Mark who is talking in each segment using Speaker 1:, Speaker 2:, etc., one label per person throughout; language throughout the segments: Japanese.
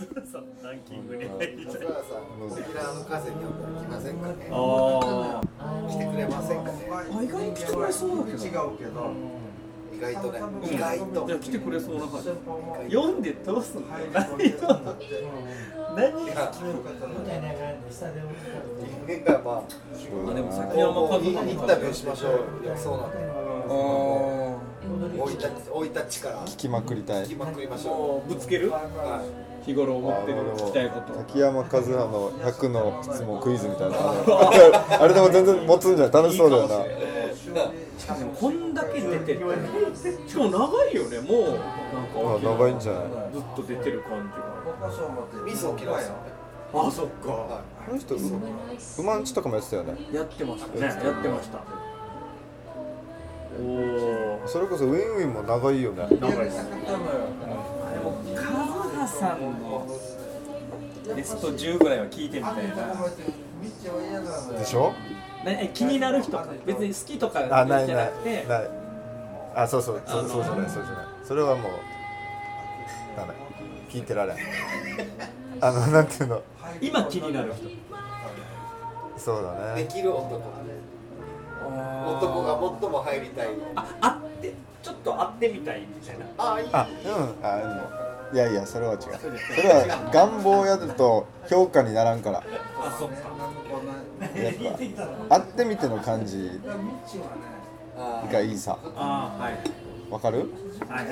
Speaker 1: 松田さんのランキングに
Speaker 2: うん
Speaker 1: 入りた
Speaker 3: 松
Speaker 1: い
Speaker 3: 原さん、レギュラーの風に呼んだら来ませんかね。
Speaker 1: ああ
Speaker 3: 来てくれませんかね。
Speaker 2: 意外に来てくれそうだけど
Speaker 4: 違うけど
Speaker 3: 意外とね、
Speaker 4: うん
Speaker 3: 意外と
Speaker 1: じゃ。あ来てくれそうな感じ
Speaker 3: 意外と
Speaker 1: 読んでどうすんの
Speaker 4: 入り
Speaker 1: 何
Speaker 4: 込んで
Speaker 1: を
Speaker 4: だって
Speaker 1: 何
Speaker 3: いや、
Speaker 4: 決める方なんで
Speaker 3: いやま
Speaker 1: あでも
Speaker 3: あ、
Speaker 1: 先
Speaker 3: も
Speaker 1: 山
Speaker 3: う
Speaker 1: 和
Speaker 3: もうイ
Speaker 1: 馬
Speaker 3: ン
Speaker 1: の
Speaker 3: タビューしましょう。いや、そうなんだよ。
Speaker 2: あ
Speaker 3: 生い立ち、生い立ちから
Speaker 2: ー聞きまくりたい
Speaker 3: 聞きまくりましょ
Speaker 1: もうぶつける
Speaker 3: う。はい。
Speaker 1: 日頃思ってる
Speaker 2: あー
Speaker 1: 聞きたいこと
Speaker 2: 滝山和葉の100の質問クイズみたい なあれでも全然持つんじゃない楽しそうだよな
Speaker 1: しかもこんだけ出ててしかも長いよねもうなんか
Speaker 2: あ長いんじゃない
Speaker 1: ずっと出てる感じが
Speaker 3: ミスを嫌いですよね。
Speaker 1: あそっか
Speaker 3: は
Speaker 2: あの人ううまんちとかもやってたよね
Speaker 1: やってましたねやってましたおお
Speaker 2: それこそウィンウィンも長いよね
Speaker 1: 長いですでも川原さんのベスト10ぐらいは聞いてみたいな
Speaker 2: でしょ
Speaker 1: ね気になる人別に好きとかじ
Speaker 2: あ
Speaker 1: ゃ
Speaker 2: な
Speaker 1: ないく
Speaker 2: ない
Speaker 1: て
Speaker 2: ないあそうそうそ
Speaker 1: あ
Speaker 2: う
Speaker 1: の
Speaker 2: そうじゃないそうじゃないそれはもうダメ聞いて られんあのなんていうの
Speaker 1: 今気になる人
Speaker 2: そうだ
Speaker 3: い。
Speaker 2: ね
Speaker 3: できる男。男が最も入りたい。
Speaker 1: あ会ってちょっと会ってみたいみたいな
Speaker 3: あ、いい。
Speaker 2: あうんあでもいやいやそれは違うそれは願望やると評価にならんから
Speaker 1: あそっか
Speaker 2: やっぱ会ってみての感じ
Speaker 3: あ
Speaker 2: がいいさ
Speaker 1: あーはい
Speaker 2: わかる
Speaker 1: はい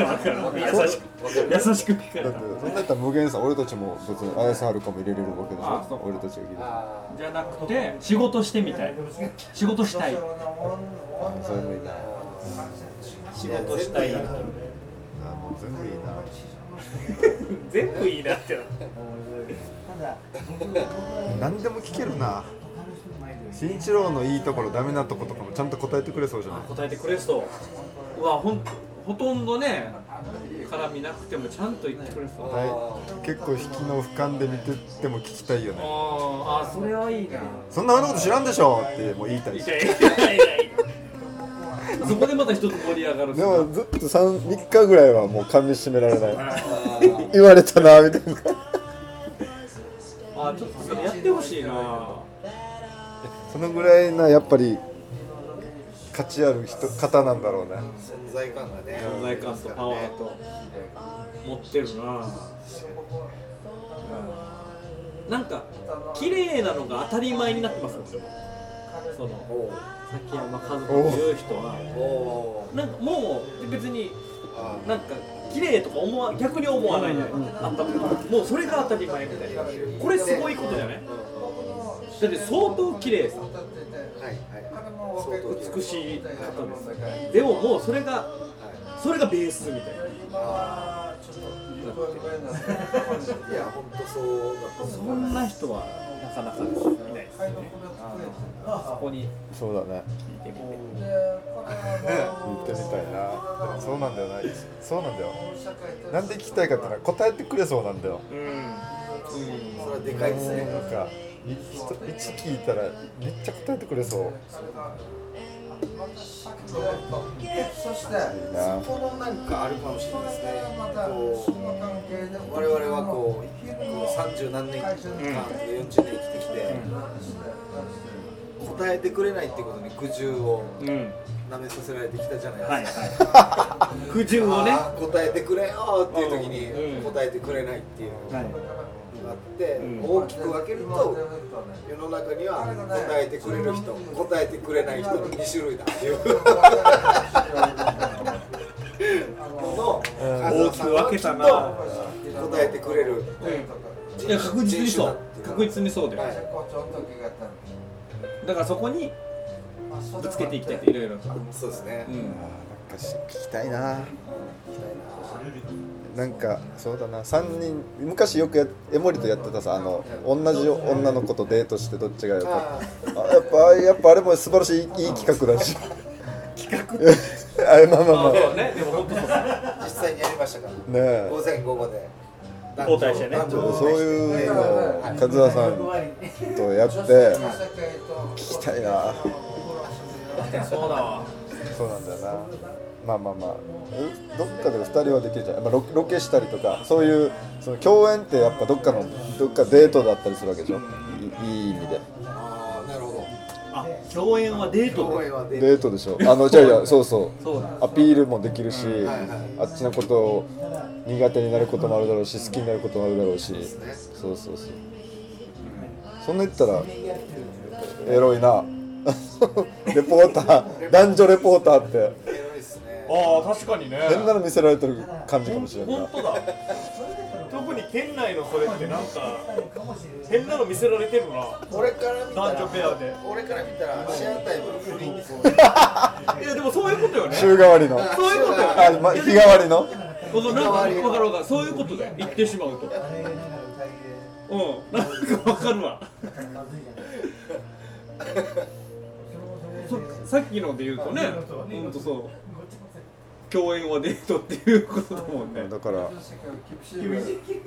Speaker 1: わかるわかる 優し
Speaker 3: わかる
Speaker 1: く優しく聞かれた
Speaker 2: だってそんなんやったら無限さ俺たちも別に綾瀬はるかも入れれるわけでし
Speaker 1: あそ
Speaker 2: ょ
Speaker 1: う
Speaker 2: 俺たちが聞いて
Speaker 3: あ
Speaker 1: じゃなくて仕事してみたい仕事したい
Speaker 2: あそれもいいな
Speaker 1: 仕事したい
Speaker 2: あもう全部いいな
Speaker 1: 全部いいなってなって
Speaker 2: 何でも聞けるな新一郎のいいところダメなとことかもちゃんと答えてくれそうじゃない
Speaker 1: 答えてくれそううわほんほとんどね絡みなくてもちゃんと言ってくれそうあ
Speaker 2: はい結構引きの俯瞰で見てっても聞きたいよね
Speaker 1: ーあーそれはいいな
Speaker 2: そんなあのこと知らんでしょってもう言いたいし
Speaker 1: 痛い痛い痛いそこでまた一つ盛り上がる
Speaker 2: でもずっと 3, 3日ぐらいはもう噛み締められない
Speaker 3: あ。あー
Speaker 2: 言われたなみたいな
Speaker 1: あちょっとそれやってほしいな
Speaker 2: そのぐらいなやっぱり価値ある人方なんだろうね
Speaker 3: 存在感がね。
Speaker 1: 存在感とパワーと持ってるななんか綺麗なのが当たり前になってますよその
Speaker 3: お
Speaker 1: 崎山和子という人は
Speaker 3: お。お
Speaker 1: なんかもう別に
Speaker 3: あ
Speaker 1: なんか綺麗とか思わ逆に思わないじゃない、あったもうそれが当たり前みたいなこれすごいことじゃないだって相当綺麗さ
Speaker 3: ーはいはい。
Speaker 1: 美しい方ですでももうそれがそれがベースみたいな
Speaker 3: ああ。いや、本当そうだと
Speaker 1: そ
Speaker 3: 思うん
Speaker 1: な人はなかなかいないですねそこに
Speaker 2: そうだね
Speaker 1: 聞いてみて
Speaker 2: 言ってみたいなでもそうなんだよなそうなんだよなんで聞きたいかってのは答えてくれそうなんだよ
Speaker 1: うん、
Speaker 3: それはでかいですね。
Speaker 2: なんかい人一聞いたらめっちゃ答えてくれそういいな
Speaker 3: このなんかあるかもしれないですね。こう我々はこうこう三十何年間、四十年生きてきて、答えてくれないっていうことに苦渋を
Speaker 1: うん、
Speaker 3: 舐めさせられてきたじゃ
Speaker 1: は
Speaker 3: ない
Speaker 1: い
Speaker 3: ですか。
Speaker 1: はい不純をね
Speaker 3: あー答えてくれよっていう時
Speaker 1: うん
Speaker 3: に答えてくれないっていうのがあって、
Speaker 1: ん
Speaker 3: 大きく分けると世の中には答えてくれる人答えてくれない人の2種類だっていうの
Speaker 1: 大きく分けたな
Speaker 3: 答えてくれる
Speaker 1: いや確実にそう確実にそうだよ、
Speaker 3: はい
Speaker 1: だからそこにぶつけていきたいっていろいろと
Speaker 3: そうですね、
Speaker 1: うん
Speaker 2: なんかし聞きたいななんかそうだな3人昔よくや江森とやってたさあの同じ女の子とデートしてどっちが良かったあやっぱやっぱあれも素晴らしいいい企画だし企画 あまあまあ
Speaker 1: あ
Speaker 2: まあ
Speaker 1: そうねでも本当そう
Speaker 3: 実際にやりましたから
Speaker 2: ねえ
Speaker 3: 午前午後で
Speaker 1: 交代してね
Speaker 3: 男
Speaker 2: ちょ
Speaker 3: 女
Speaker 2: っとそういうのを和田さんとやって聞きたいな
Speaker 1: そうだわ
Speaker 2: そうなんだよなまあまあまあうどっかで2人はできるじゃん、まあ、ロロケしたりとかそういうその共演ってやっぱどっかのどっかデートだったりするわけでしょいいい意味で
Speaker 3: ああなるほど
Speaker 1: あ共演はデート
Speaker 3: 声は出る
Speaker 2: デートでしょあのじゃあいやそうそう
Speaker 1: そう
Speaker 2: アピールもできるし、
Speaker 3: はいはい
Speaker 2: あっちのことを苦手になることもあるだろうし好きになることもあるだろうし
Speaker 3: ね
Speaker 2: そうそうそうそんな言ったらエロいな レポーター男女レポーターって
Speaker 3: エロいっすね
Speaker 1: ああ確かにね
Speaker 2: 変なの見せられてる感じかもしれんない
Speaker 1: 本当だ特に県内のそれってなんか変なの見せられてるな
Speaker 3: 俺から見たら
Speaker 1: 男女ペアで
Speaker 3: 俺から見たらシェアタイムの不倫にそう
Speaker 1: いやでもそういうことよね
Speaker 2: 週替わりのあ、
Speaker 1: そういうことよ
Speaker 2: ま、日替わりの
Speaker 1: このなんか分かる分かるそういうことで言ってしまうとうんなんか分かるわそさっきので言うとね本当そう共演はデートっていうことだもんね
Speaker 2: だから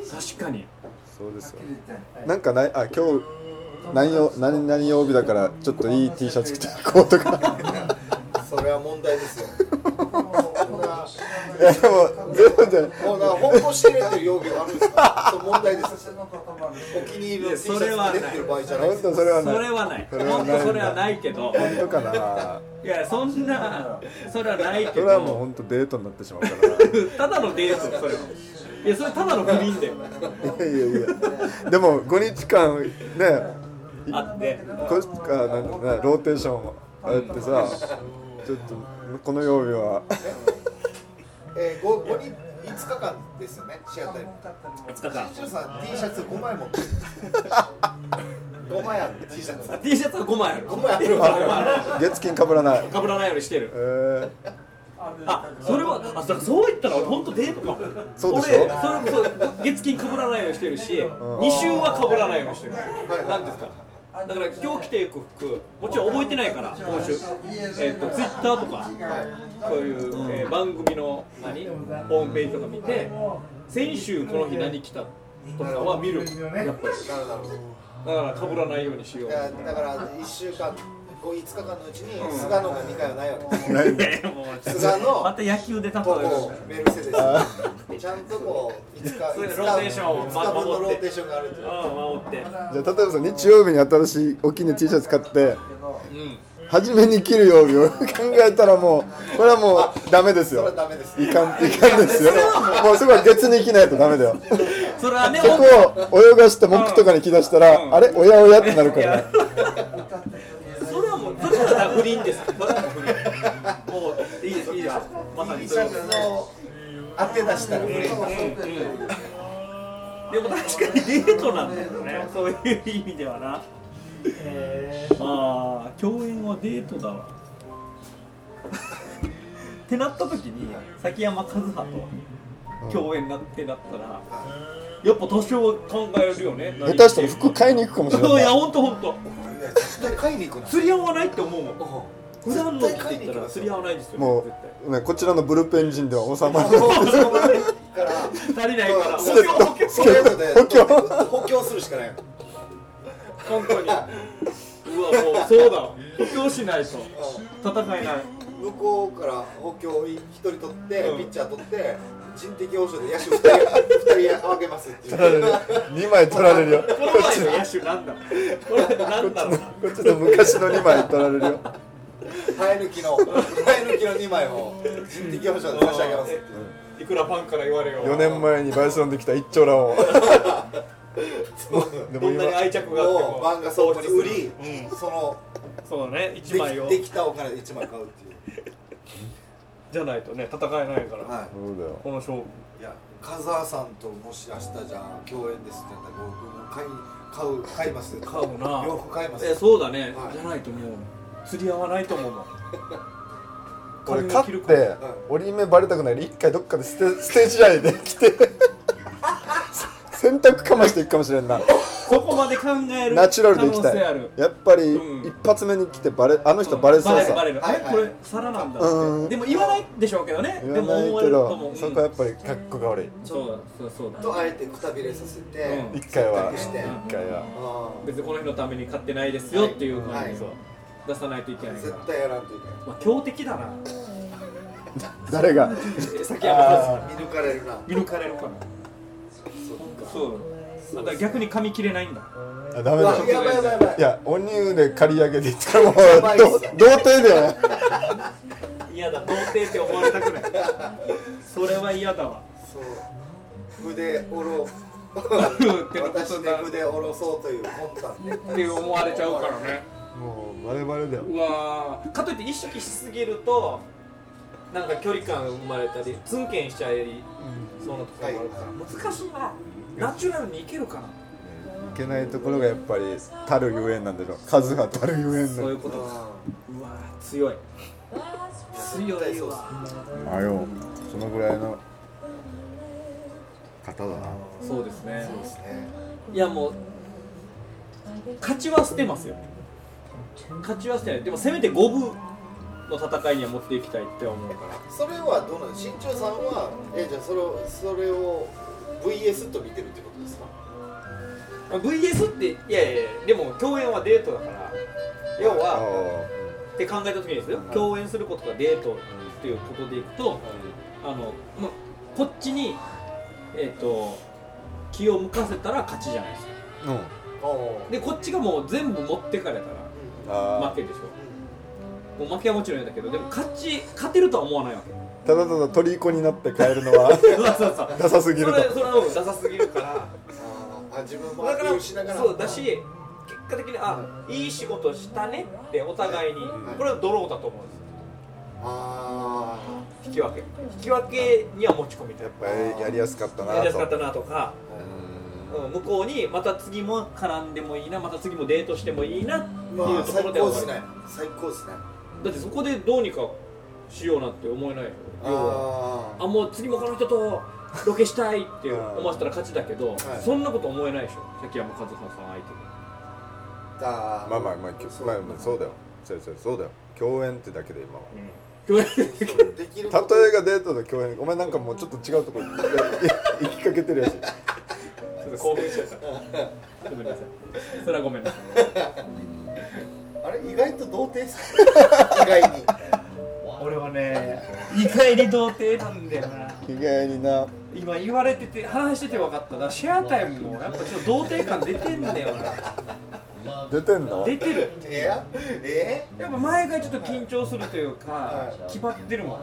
Speaker 1: 確かに
Speaker 2: そうですよなんかないあ今日何曜 何何曜日だからちょっといい T シャツ着ていこうとか
Speaker 3: それは問題ですよ
Speaker 2: いやでも全部で
Speaker 3: もうな本当してるっていう容疑があるんですかそう問題ですお気に入りの T シャツ着てってる場合じゃないで
Speaker 2: 本
Speaker 3: す
Speaker 2: 当それは
Speaker 1: そ
Speaker 2: ない
Speaker 1: れはない
Speaker 2: それはない
Speaker 1: 本当それはないけど
Speaker 2: 本当かない
Speaker 1: やそんなそれはない
Speaker 2: そ
Speaker 1: け
Speaker 2: れはもう
Speaker 1: ど
Speaker 2: 本当デートになってしまうから
Speaker 1: ただのデートそれはいやそれただの不倫だよ
Speaker 2: ないやいやいやでも5日間ね
Speaker 1: あって
Speaker 2: こあなんなローテーションあれってさちょっとこの曜日は
Speaker 3: えー、5, 5人5日間ですよねシェアタイム
Speaker 1: 5日間
Speaker 3: 新庄さん T シャツ5枚持ってる5枚ある T シャツ
Speaker 1: T シャツは5枚ある
Speaker 3: 5枚あ るわ
Speaker 2: 月金かぶらない
Speaker 1: かぶらないようにしてる
Speaker 2: えー
Speaker 1: あそれはあだからそう言ったら本当デートか
Speaker 2: そうでしょ
Speaker 1: 俺それこそ月金かぶらないようにしてるし、二週はかぶらないようにしてる何ですかだから今日着ていく服もちろん覚えてないから今週、えっとツイッターとかそういう、えー番組の何ホームページとか見て先週この日何着たとかは見るやっぱり
Speaker 3: なるほど
Speaker 1: だからかぶらないようにしよう
Speaker 3: いやだから1週間5日間のうちに菅野が2回はないわけ
Speaker 2: ない
Speaker 3: 菅
Speaker 1: ま
Speaker 3: 野
Speaker 1: た野球で例える
Speaker 3: ここメルセデスちゃんとこう5日
Speaker 1: それ
Speaker 3: 5
Speaker 1: でローテ
Speaker 3: 日
Speaker 1: ーションを
Speaker 3: 5日分の
Speaker 1: 守
Speaker 3: ロ
Speaker 1: って
Speaker 3: ーテーションがあると
Speaker 1: ああ守って
Speaker 2: じゃあ例えばさ日曜日に新しいお気に入りの T シャツ買って
Speaker 1: うん
Speaker 2: 初めに着る曜日を 考えたらもうこれはもうダメで
Speaker 3: そ
Speaker 2: す
Speaker 3: れ
Speaker 2: よ
Speaker 3: はダメです
Speaker 2: いかんいかんですよもうそこは月に着ないとダメだよ
Speaker 1: それはね
Speaker 2: そこを泳がして木とかに着だしたらあれおやおやってなるからね
Speaker 1: それはもう、それは不倫です。それは不倫。もう、いいです、いいです。まさに
Speaker 3: T
Speaker 1: そ
Speaker 3: シ
Speaker 1: うい
Speaker 3: ャ
Speaker 1: うこ
Speaker 3: ツの当て出したら無理
Speaker 1: と。うんうんでも確かにデートなんだよね。そういう意味ではな。ああ、共演はデートだわ。ってなった時に、崎山和葉と共演なってなったら、やっぱ多少考えるよね。
Speaker 2: 下手したら服買いに行くかもしれ
Speaker 1: そういや、
Speaker 2: ない
Speaker 1: ほんとほんと。
Speaker 3: いや絶対買いに行くな
Speaker 1: 釣り合わないって思うもん。普段のって
Speaker 3: 絶対買い
Speaker 1: 言
Speaker 3: に
Speaker 1: ったら
Speaker 3: 行きます
Speaker 1: 釣り合わないですよ、ね、
Speaker 2: も
Speaker 1: 絶対
Speaker 2: う、ね、こちらのブルペン陣では収まらない
Speaker 3: から
Speaker 1: 足りない から
Speaker 3: そ
Speaker 1: 補
Speaker 3: う
Speaker 1: 強補強
Speaker 3: そういうことで補強するしかない
Speaker 1: 本当にうわもうそうだわ補強しないと戦えない
Speaker 3: 向こうから補強一人取って、
Speaker 1: うん
Speaker 3: ピッチャー取って人的保障で野手2人二人分けますって いう
Speaker 2: 2枚取られるよ
Speaker 1: この前の野手なんだこれなんだろうな
Speaker 2: こっちの昔の2枚取られるよ
Speaker 3: 生え抜きの生え抜きの2枚を人的保障で差し上げますっていう
Speaker 1: いくらファンから言われよう
Speaker 2: 4年前にバイソンできた一丁羅 をで
Speaker 1: ど
Speaker 2: も
Speaker 1: ん
Speaker 2: 今
Speaker 1: なに愛着があって
Speaker 3: を
Speaker 1: も
Speaker 3: 漫画倉庫に売り、
Speaker 1: うん
Speaker 3: その
Speaker 1: そうね一枚
Speaker 3: で
Speaker 1: を
Speaker 3: きできたお金で1枚買うっていう
Speaker 1: じゃないとね戦えないから
Speaker 3: は
Speaker 2: そうだよ
Speaker 1: この勝負
Speaker 3: いいやカズハさんともし明日じゃあ共演ですってなったら僕も買い買う買います
Speaker 1: 買うな
Speaker 3: 洋服買います
Speaker 1: えそうだね、
Speaker 3: はい
Speaker 1: じゃないともう釣り合わないと思うもん
Speaker 2: これ
Speaker 1: 髪
Speaker 2: 勝
Speaker 1: の
Speaker 2: っ
Speaker 1: 切る
Speaker 2: て折り目バレたくないで一回どっかでステステージ内で来て 洗濯かましていくかもしれんな
Speaker 1: そこまで考える
Speaker 2: ナチュラルでいき
Speaker 1: 可
Speaker 2: た
Speaker 1: 能性あ
Speaker 2: い
Speaker 1: る
Speaker 2: やっぱり
Speaker 1: うん
Speaker 2: 一発目に来てバレあの人バレそう
Speaker 1: バ
Speaker 2: さ
Speaker 1: レるバレるあれこれ皿なんだ
Speaker 2: う
Speaker 1: っ
Speaker 2: ん
Speaker 1: てでも言わないでしょうけどねで
Speaker 2: 言
Speaker 1: も
Speaker 2: わない
Speaker 1: 思われ
Speaker 2: け
Speaker 1: ると
Speaker 2: ど
Speaker 1: 思う
Speaker 2: そこはやっぱり格好が悪い
Speaker 1: そうそうそうだ
Speaker 3: とあえてくたびれさせて、
Speaker 1: うん
Speaker 2: 一回は
Speaker 3: し
Speaker 2: 一
Speaker 3: て
Speaker 2: 回は
Speaker 1: 別にこの日のために買ってないですよっていう感じ
Speaker 3: はい
Speaker 1: を出さないといけないから
Speaker 3: 絶対やらんといけない
Speaker 1: まあ強敵だな
Speaker 2: 誰が
Speaker 1: 先山さん
Speaker 3: 見抜かれるな
Speaker 1: 見抜かれるからそうだから逆に髪切れないんだ
Speaker 2: あダメだ
Speaker 3: やばいやばいやばい
Speaker 2: いやお乳で借り上げていったらもう
Speaker 3: ばいっ
Speaker 2: ど
Speaker 3: す
Speaker 2: 童貞だよね
Speaker 1: 嫌だ童貞って思われたくない それは嫌だ わ
Speaker 3: そう筆おろ
Speaker 1: てことだ
Speaker 3: 私で筆おろそうという魂胆ね
Speaker 1: って思われちゃうからね
Speaker 2: もうバレバレだよ
Speaker 1: うわーかといって意識しすぎるとなんか距離感生まれたりツンケンしちゃいそうなところもあるから難しいなナチュラルにいけるかない
Speaker 2: けないところがやっぱりたるゆえんなんでしょう数がたるゆえんだ
Speaker 1: そういう
Speaker 2: よ
Speaker 1: こと
Speaker 3: う
Speaker 1: か
Speaker 3: ん
Speaker 1: うわー強い強いわ
Speaker 2: あよそのぐらいの方だな
Speaker 1: そうですね
Speaker 3: ね
Speaker 1: いやもう勝ちは捨てますよ勝ちは捨てないでもせめて五分の戦いには持っていきたいって思うから
Speaker 3: それはどうなの新潮さんはえじゃあそれをそれを VS と見てるってことですか
Speaker 1: まあ VS っていやいやいやでも共演はデートだから要
Speaker 2: あ
Speaker 1: は
Speaker 2: あ
Speaker 1: って考えた時にですよ共演することがデートっていうことでいくとあの、ま、こっちにえっ、と気を向かせたら勝ちじゃないですか
Speaker 2: うん
Speaker 3: お
Speaker 1: でこっちがもう全部持ってかれたら
Speaker 2: あ
Speaker 1: 負けでしょもう負けはもちろんやだけどでも勝ち勝てるとは思わないわけ
Speaker 2: ーただただ虜になって帰るのは
Speaker 1: そ うそうそう
Speaker 2: ダサす
Speaker 1: そ
Speaker 2: ぎ
Speaker 1: れ
Speaker 2: ると
Speaker 1: それはもうダサすぎるから
Speaker 3: あ自分も
Speaker 1: だ
Speaker 3: ア
Speaker 1: か
Speaker 3: ピ
Speaker 1: ら
Speaker 3: ールしながら
Speaker 1: そうだし結果的にあいい仕事したねってお互いにこれはドローだと思うんですよ
Speaker 3: ああ
Speaker 1: 引き分け引き分けには持ち込みたい
Speaker 2: やっぱりやりやすかったなと
Speaker 1: やりやすかったなとか、
Speaker 2: うん
Speaker 1: うん、向こうにまた次も絡んでもいいなまた次もデートしてもいいなって
Speaker 3: ま
Speaker 1: いう
Speaker 3: あ
Speaker 1: とこ
Speaker 3: 最
Speaker 1: ろ
Speaker 3: 高
Speaker 1: では
Speaker 3: です
Speaker 1: あ
Speaker 3: ね
Speaker 1: る
Speaker 3: 最高ですね
Speaker 1: だってそこでどうにかしようなんて思えないよ要は
Speaker 3: あ
Speaker 1: あもう次もこの人とロケしたいって思わせたら勝ちだけど、
Speaker 3: はい
Speaker 1: そんなこと思えないでしょ崎山和葉さん相手に。
Speaker 3: あ
Speaker 2: まあまあまあきょまあまあそうだよそうそうそうだよ共演ってだけで今は
Speaker 1: 共演
Speaker 3: できること
Speaker 2: 例えがデートと共演お前なんかもうちょっと違うとこ行って 行きかけてるやつ
Speaker 1: ちょっと興奮しちゃったごめんなさいそれはごめんなさい
Speaker 3: あれ意外と童貞っすね意外に
Speaker 1: 俺はね意外に童貞なんだよな
Speaker 2: 意外にな
Speaker 1: 今言われてて話してて分かったなシェアタイムもやっぱちょっと童貞感出てんだよ
Speaker 2: 出てん
Speaker 1: な
Speaker 2: の
Speaker 1: 出てる
Speaker 3: えやえ
Speaker 1: やっぱ前がちょっと緊張するというか決まってるもん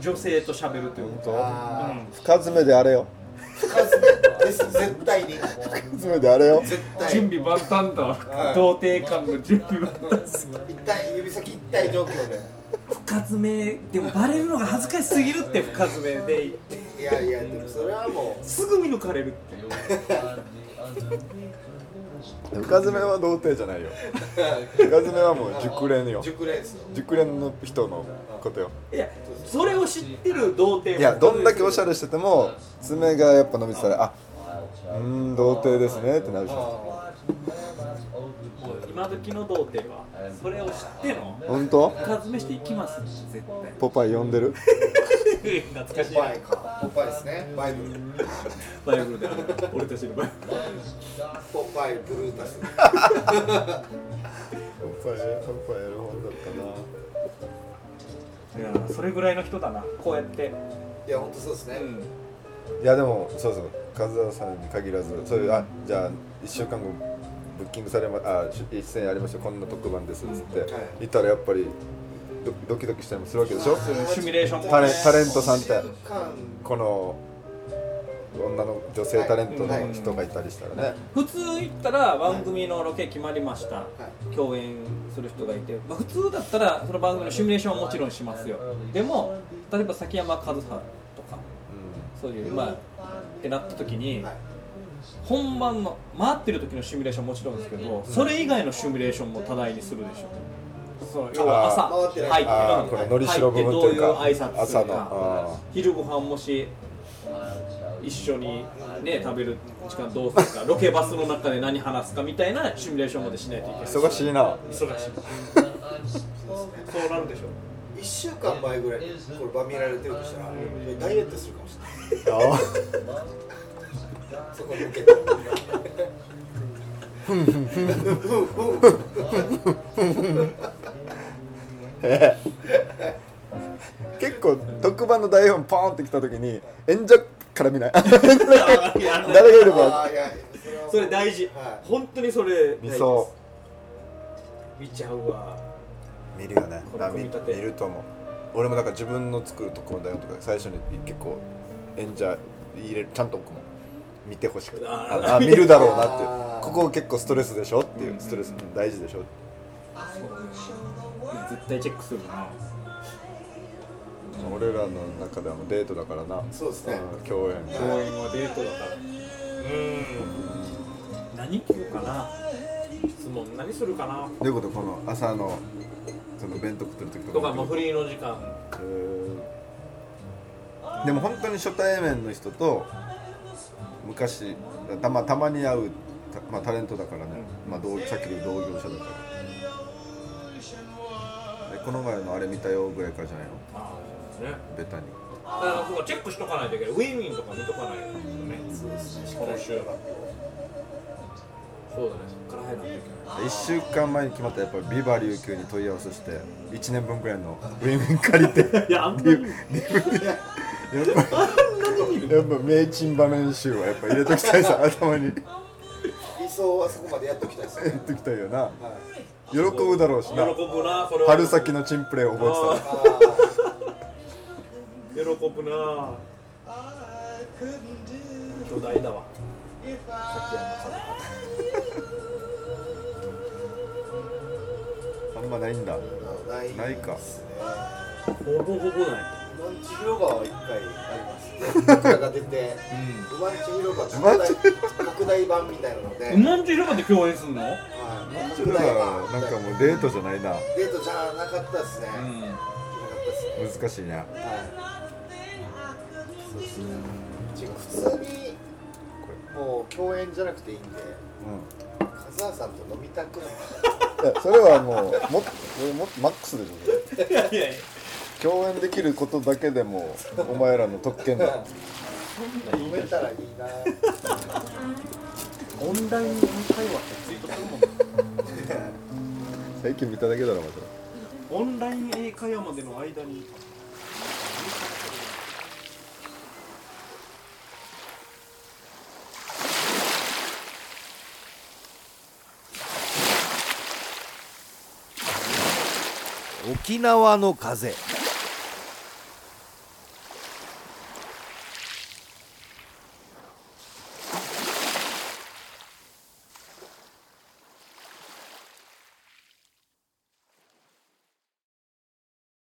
Speaker 1: 女性と喋るというか
Speaker 2: 本
Speaker 3: あ
Speaker 2: 当深爪であれよ
Speaker 3: あ深爪です絶対に
Speaker 2: 深爪であれよ
Speaker 3: 絶対
Speaker 1: 準備万端だ
Speaker 3: い
Speaker 1: 童貞感の準備万端
Speaker 3: 一体指先一体状況で
Speaker 1: 深爪でもバレるのが恥ずかしすぎるって深爪で
Speaker 3: いやいやでもそれはもう
Speaker 1: すぐ見抜かれるって
Speaker 2: 深爪は童貞じゃ ないよ深爪はもう熟練よ
Speaker 3: 熟練ですよ
Speaker 2: 熟練の人のことよ
Speaker 1: いやそれを知ってる童貞
Speaker 2: いやどんだけおしゃれしてても爪がやっぱ伸びてたらあうーん童貞ですねってなるでしょ
Speaker 3: あ
Speaker 1: 今時の童貞はそれを知っての
Speaker 2: 本当
Speaker 1: 深爪していきます絶
Speaker 2: ポパイ呼んでる
Speaker 1: 対懐か
Speaker 3: ー
Speaker 1: しい
Speaker 3: ポパイかポパイですねバイブル
Speaker 1: バイブルだよ俺たちのバイブル
Speaker 3: ポパイブルータス
Speaker 2: ポパイポパイやる本だっ
Speaker 1: いやそれぐらいの人だなこうやって
Speaker 3: いや本当そうですね、
Speaker 2: たないやでもそうそう和田さんに限らずそういうあじゃあ1週間後ブッキングされまあ出演ありましたこんな特番ですっつっていたらやっぱりドドキドキしたりもするわけでしょ
Speaker 1: シミュレーション
Speaker 2: タレタレントさんっ
Speaker 3: 一
Speaker 2: て
Speaker 3: 週間
Speaker 2: この女の女性タレントの人がいたりしたらね、
Speaker 1: 普通行ったら番組のロケ決まりました、共演する人がいて、まあ、普通だったらその番組のシミュレーションはもちろんしますよでも例えば崎山和葉とかそういうまあってなった時に、
Speaker 3: はい
Speaker 1: 本番の回ってる時のシミュレーションもちろんですけどそれ以外のシミュレーションも多大にするでしょそう要は朝
Speaker 3: あー回ってない
Speaker 1: 入
Speaker 2: ああ
Speaker 1: っ
Speaker 2: こ
Speaker 1: て
Speaker 2: の
Speaker 1: うん
Speaker 2: のりしろ部分というか
Speaker 1: 入ってどういう挨拶す
Speaker 2: 朝
Speaker 1: る
Speaker 2: のあ
Speaker 1: か昼ご飯もし一緒にね食べる時間どうするかロケバスの中で何話すかみたいなシミュレーションまでしないといけない
Speaker 2: あ忙しいな
Speaker 1: 忙しいそうなるでしょ
Speaker 3: 一週間前ぐらいにこれ場見られてるとしたらダイエットするかもしれないそこに向けて
Speaker 2: 結構特番の台本ポーンってきた時に演者から見ない
Speaker 1: い やあの
Speaker 2: 誰がいる
Speaker 3: あ
Speaker 2: か
Speaker 3: ーいや
Speaker 1: それ大事、
Speaker 3: はい
Speaker 1: 本当にそれ大事
Speaker 2: 見
Speaker 1: です
Speaker 2: そ
Speaker 1: 見ちゃうわ
Speaker 2: う見るよね
Speaker 1: この
Speaker 2: な
Speaker 1: 組
Speaker 2: 見
Speaker 1: み立て
Speaker 2: 見ると思う俺もだから自分の作る特番台本とか最初に結構演者入れるちゃんと置くもん見てほしくて
Speaker 1: あー
Speaker 2: ああ見るだろうな
Speaker 3: あ
Speaker 2: っ
Speaker 3: ー
Speaker 2: てここ結構ストレスでしょっていうストレスうん大事でしょって
Speaker 1: 絶対チェックするな
Speaker 2: 俺らの中ではもうデートだからな
Speaker 3: そうですね
Speaker 2: ん共
Speaker 1: 公
Speaker 2: 演
Speaker 1: 演はデートだから何聞こうかな質問何するかな
Speaker 2: どういうことこの朝のその弁当食ってる時とか
Speaker 1: とかまあフリーの時間
Speaker 2: でも本当に初対面の人と昔たまたまに会うたまあ、タレントだからね、まあ、同さっきの同業者だからでこの前のあれ見たよぐらいからじゃないの
Speaker 1: ああね
Speaker 2: ベタに
Speaker 1: だからそこチェックしとかないといけないウィンウィンとか見とかないとね今週そうだねそっから入らないといけない
Speaker 2: 1週間前に決まったやっぱりビバ琉球に問い合わせして1年分ぐらいのウィンウィン借りてやっ
Speaker 1: いやあんなに
Speaker 2: ぱやっぱ名珍場面集はやっぱ入れときたいさ頭に
Speaker 3: 理想はそこまでやっときたいですね
Speaker 2: 入れときたいよな
Speaker 3: はい
Speaker 2: 喜ぶだろうし
Speaker 1: 喜
Speaker 2: な
Speaker 1: ぶなそれは
Speaker 2: 春先のチンプレーを覚えてたわ
Speaker 1: あ
Speaker 3: あ
Speaker 1: ー
Speaker 3: ー
Speaker 1: 喜ぶな巨大だわ
Speaker 2: あんまないんだ。
Speaker 3: ない
Speaker 2: ないか
Speaker 3: ですね
Speaker 1: ほぼほぼない
Speaker 3: ウマンチ広場は一回あります。が出て、うまんち広場拡大拡大版みたいなので、は
Speaker 1: う
Speaker 3: い
Speaker 1: まんじ広場で共演すんのうん
Speaker 2: ちょ
Speaker 3: 拡
Speaker 2: っとだ
Speaker 3: 大
Speaker 2: から
Speaker 3: 版
Speaker 2: なんかもうデートじゃないな。
Speaker 3: デートじゃなかったですね。なかったですね。
Speaker 2: 難しいな。
Speaker 3: はい。そうですね。普通にもう共演じゃなくていいんで、
Speaker 2: う
Speaker 3: カズワさんと飲みたくなっ
Speaker 2: ん。いやそれはもうもっともっとマックスでしょそれ。
Speaker 1: いやいやいや
Speaker 2: 共演できることだけでもお前らの特権だ。
Speaker 3: た。飲めたらいいな。
Speaker 1: オンライン会話ってツイートするもんね
Speaker 2: 最近見ただけだろま
Speaker 1: オンライン英会話までの間に
Speaker 4: 沖縄の風